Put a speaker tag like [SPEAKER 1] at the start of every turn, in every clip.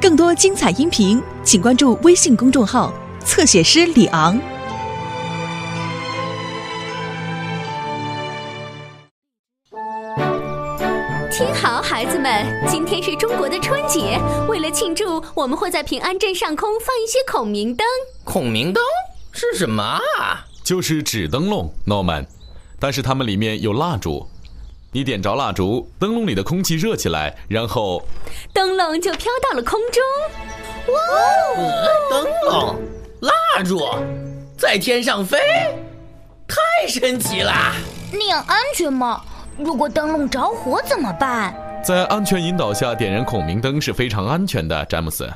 [SPEAKER 1] 更多精彩音频，请关注微信公众号“侧写师李昂”。
[SPEAKER 2] 听好，孩子们，今天是中国的春节，为了庆祝，我们会在平安镇上空放一些孔明灯。
[SPEAKER 3] 孔明灯是什么啊？
[SPEAKER 4] 就是纸灯笼，Norman，但是它们里面有蜡烛。你点着蜡烛，灯笼里的空气热起来，然后
[SPEAKER 2] 灯笼就飘到了空中。
[SPEAKER 3] 呃灯笼、蜡烛，在天上飞，太神奇啦！
[SPEAKER 5] 那样安全吗？如果灯笼着火怎么办？
[SPEAKER 4] 在安全引导下点燃孔明灯是非常安全的，詹姆斯。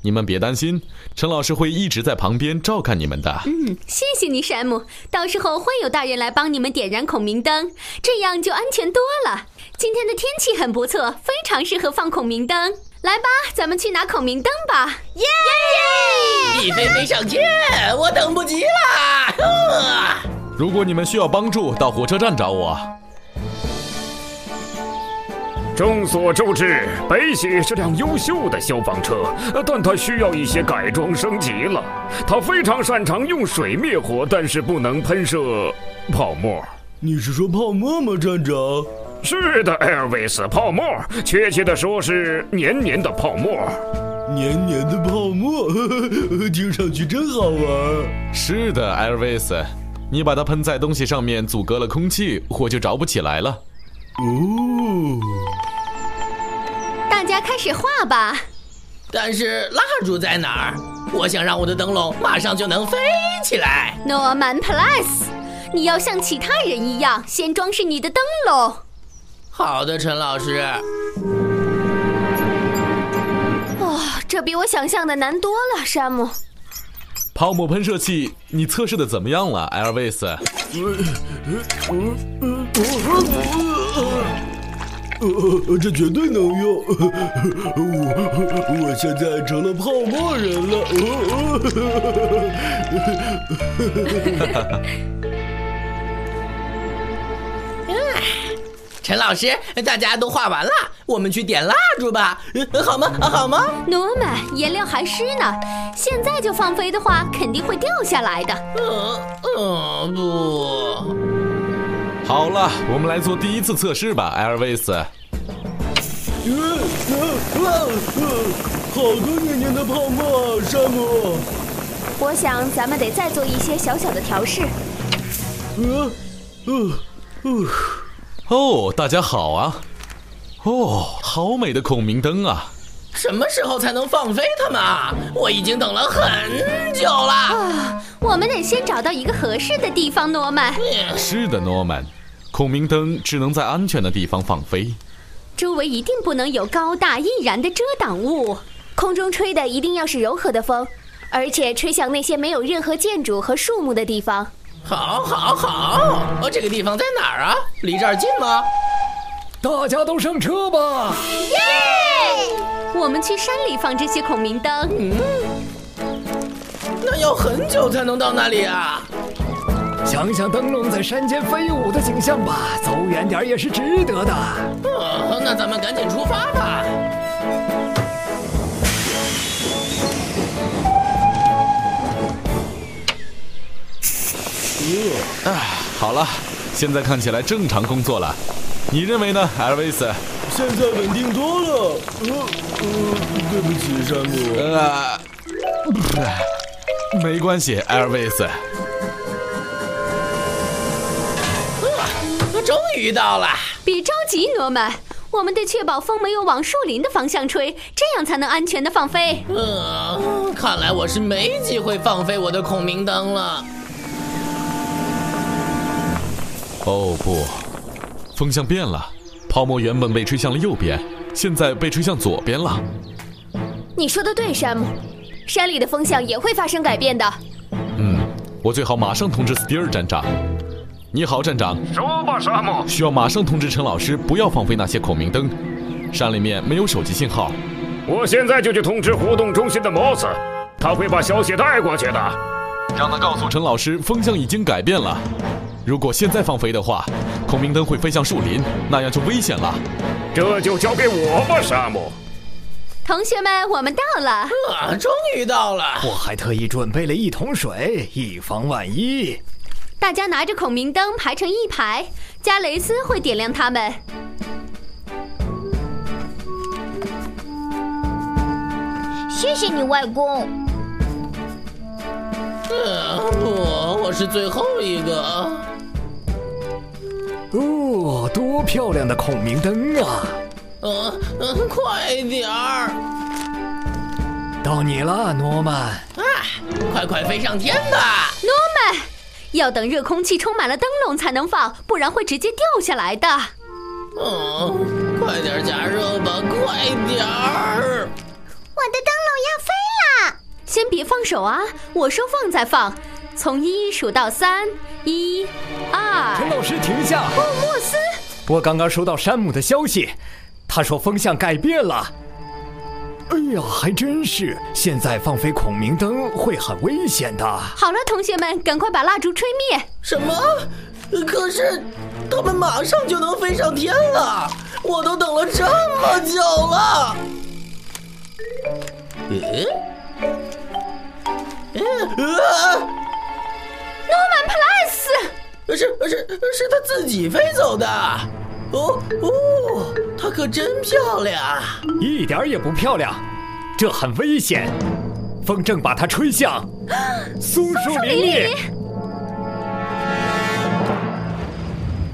[SPEAKER 4] 你们别担心，陈老师会一直在旁边照看你们的。
[SPEAKER 2] 嗯，谢谢你，山姆。到时候会有大人来帮你们点燃孔明灯，这样就安全多了。今天的天气很不错，非常适合放孔明灯。来吧，咱们去拿孔明灯吧。
[SPEAKER 3] 一飞飞上天，我等不及啦！呵
[SPEAKER 4] 如果你们需要帮助，到火车站找我。
[SPEAKER 6] 众所周知，北喜是辆优秀的消防车，呃但它需要一些改装升级了。它非常擅长用水灭火，但是不能喷射泡沫。
[SPEAKER 7] 你是说泡沫吗，站长？
[SPEAKER 6] 是的，艾尔维斯，泡沫，确切的说是黏黏的泡沫。
[SPEAKER 7] 黏黏的泡沫， 呵呵听上去真好玩。
[SPEAKER 4] 是的，艾尔维斯，你把它喷在东西上面，阻隔了空气，火就着不起来了。
[SPEAKER 7] 哦，
[SPEAKER 2] 大家开始画吧。
[SPEAKER 3] 但是蜡烛在哪儿？我想让我的灯笼马上就能飞起来。
[SPEAKER 2] 诺曼 Plus，你要像其他人一样，先装饰你的灯笼。
[SPEAKER 3] 好的，陈老师，
[SPEAKER 2] 哦，这比我想象的难多了，山姆。
[SPEAKER 4] 泡沫喷射器，你测试的怎么样了，艾尔维斯？
[SPEAKER 7] 呃，这绝对能用。呵呵我我现在成了泡沫人了。哦哦
[SPEAKER 3] 陈老师，大家都画完了，我们去点蜡烛吧，呃好吗？啊好吗？
[SPEAKER 2] 诺曼，颜料还湿呢，现在就放飞的话，肯定会掉下来的。
[SPEAKER 3] 嗯嗯，不。
[SPEAKER 4] 好了，我们来做第一次测试吧，艾尔维斯。
[SPEAKER 7] 呃呃呃呃好多黏黏的泡沫啊，山姆。
[SPEAKER 2] 我想咱们得再做一些小小的调试。
[SPEAKER 7] 呃呃呃，
[SPEAKER 4] 哦，大家好啊！哦，好美的孔明灯啊！
[SPEAKER 3] 什么时候才能放飞它们啊？我已经等了很久了。
[SPEAKER 2] 啊，我们得先找到一个合适的地方，诺曼。
[SPEAKER 4] 是的，Norman，孔明灯只能在安全的地方放飞。
[SPEAKER 2] 周围一定不能有高大易燃的遮挡物。空中吹的一定要是柔和的风，而且吹向那些没有任何建筑和树木的地方。
[SPEAKER 3] 好，好，好。哦，这个地方在哪儿啊？离这儿近吗？
[SPEAKER 6] 大家都上车吧。
[SPEAKER 2] 我们去山里放这些孔明灯。嗯
[SPEAKER 3] 那要很久才能到那里啊。
[SPEAKER 8] 想想灯笼在山间飞舞的景象吧，走远点儿也是值得的。
[SPEAKER 3] 呃，那咱们赶紧出发吧。
[SPEAKER 4] 好了，现在看起来正常工作了。你认为呢，艾尔维斯？
[SPEAKER 7] 现在稳定多了。呃呃，对不起，山姆。
[SPEAKER 4] 呃，没关系，艾尔维斯。
[SPEAKER 3] 终于到了。
[SPEAKER 2] 别着急，诺曼，我们得确保风没有往树林的方向吹，这样才能安全的放飞。
[SPEAKER 3] 呃，看来我是没机会放飞我的孔明灯了。
[SPEAKER 4] 哦不，风向变了，泡沫原本被吹向了右边，现在被吹向左边了。
[SPEAKER 2] 你说的对，山姆，山里的风向也会发生改变的。
[SPEAKER 4] 我最好马上通知斯蒂尔站长。你好，站长，
[SPEAKER 6] 说吧，沙漠。
[SPEAKER 4] 需要马上通知陈老师不要放飞那些孔明灯。山里面没有手机信号。
[SPEAKER 6] 我现在就去通知活动中心的 Moss，他会把消息带过去的。
[SPEAKER 4] 让他告诉陈老师，风向已经改变了。如果现在放飞的话，孔明灯会飞向树林，那样就危险了。
[SPEAKER 6] 这就交给我吧，沙漠。
[SPEAKER 2] 同学们，我们到了。
[SPEAKER 3] 啊，终于到了！
[SPEAKER 8] 我还特意准备了一桶水，以防万一。
[SPEAKER 2] 大家拿着孔明灯排成一排，加雷斯会点亮它们。
[SPEAKER 5] 谢谢你，外公。
[SPEAKER 3] 呃，我我是最后一个。
[SPEAKER 8] 哦，多漂亮的孔明灯啊！
[SPEAKER 3] 嗯、嗯，快点儿！
[SPEAKER 8] 到你了，诺曼。
[SPEAKER 3] 啊，快快飞上天吧！
[SPEAKER 2] 诺曼，要等热空气充满了灯笼才能放，不然会直接掉下来的。
[SPEAKER 3] 嗯，快点儿加热吧，快点儿！
[SPEAKER 5] 我的灯笼要飞啦！
[SPEAKER 2] 先别放手啊，我说放再放，从一数到三，一、
[SPEAKER 8] 陈
[SPEAKER 2] 二。
[SPEAKER 8] 老师，停下！
[SPEAKER 2] 哦莫斯，
[SPEAKER 8] 我刚刚收到山姆的消息，他说风向改变了。哎呀，还真是！现在放飞孔明灯会很危险的。
[SPEAKER 2] 好了，同学们，赶快把蜡烛吹灭。
[SPEAKER 3] 什么？可是他们马上就能飞上天了，我都等了这么久了。
[SPEAKER 9] 嗯
[SPEAKER 3] 诶？诶呃，
[SPEAKER 2] 诺曼 plus，
[SPEAKER 3] 是呃是是他自己飞走的。哦哦，她可真漂亮。
[SPEAKER 8] 一点儿也不漂亮，这很危险。风正把它吹 向松树林里。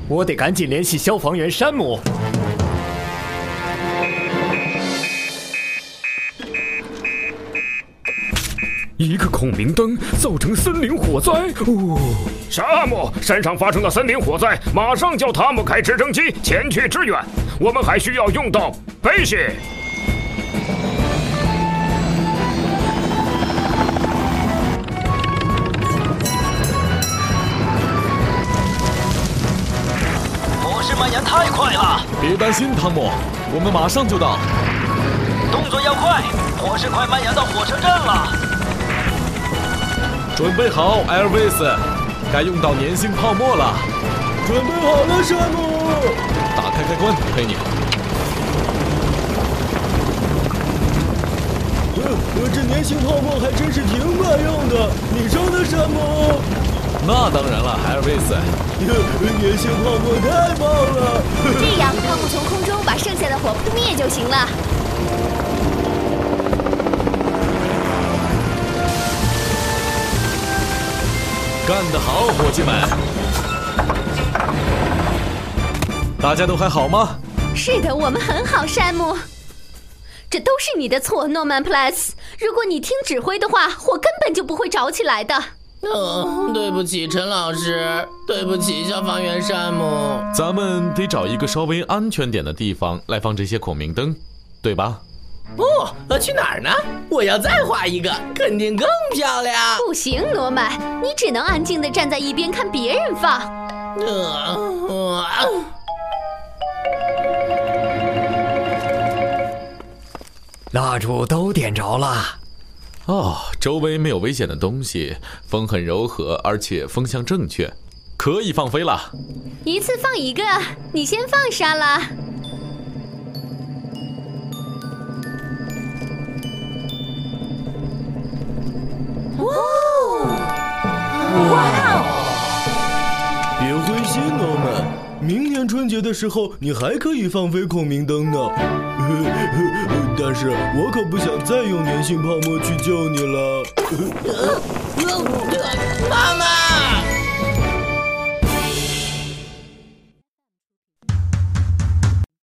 [SPEAKER 8] 我得赶紧联系消防员山姆。
[SPEAKER 6] 一个孔明灯造成森林火灾。哦，沙漠山上发生了森林火灾，马上叫塔姆开直升机前去支援。我们还需要用到贝西。
[SPEAKER 9] 火势蔓延太快了，
[SPEAKER 4] 别担心，汤姆，我们马上就到。
[SPEAKER 9] 动作要快，火势快蔓延到火车站了。
[SPEAKER 4] 准备好，Elvis，该用到粘性泡沫了。准备好了，山姆。打开开关，佩妮。
[SPEAKER 7] 呃呃，这粘性泡沫还真是挺管用的，你说呢，山姆？
[SPEAKER 4] 那当然了，Elvis。
[SPEAKER 7] 粘性泡沫太棒了！
[SPEAKER 2] 这样汤姆从空中把剩下的火扑灭就行了。
[SPEAKER 4] 干得好，伙计们！大家都还好吗？
[SPEAKER 2] 是的，我们很好，山姆。这都是你的错，诺曼 plus。如果你听指挥的话，火根本就不会着起来的。
[SPEAKER 3] 嗯、对不起，陈老师，对不起，消防员山姆。
[SPEAKER 4] 咱们得找一个稍微安全点的地方来放这些孔明灯，对吧？
[SPEAKER 3] 哦，呃去哪儿呢？我要再画一个，肯定更漂亮。
[SPEAKER 2] 不行，罗曼，你只能安静地站在一边看别人放。
[SPEAKER 3] 呃，呃
[SPEAKER 8] 蜡烛都点着了。
[SPEAKER 4] 哦，周围没有危险的东西，风很柔和，而且风向正确，可以放飞了。
[SPEAKER 2] 一次放一个，你先放沙拉。
[SPEAKER 7] 别灰心，诺曼，明年春节的时候你还可以放飞孔明灯呢。呃但是我可不想再用粘性泡沫去救你了。
[SPEAKER 3] 呃呃妈妈。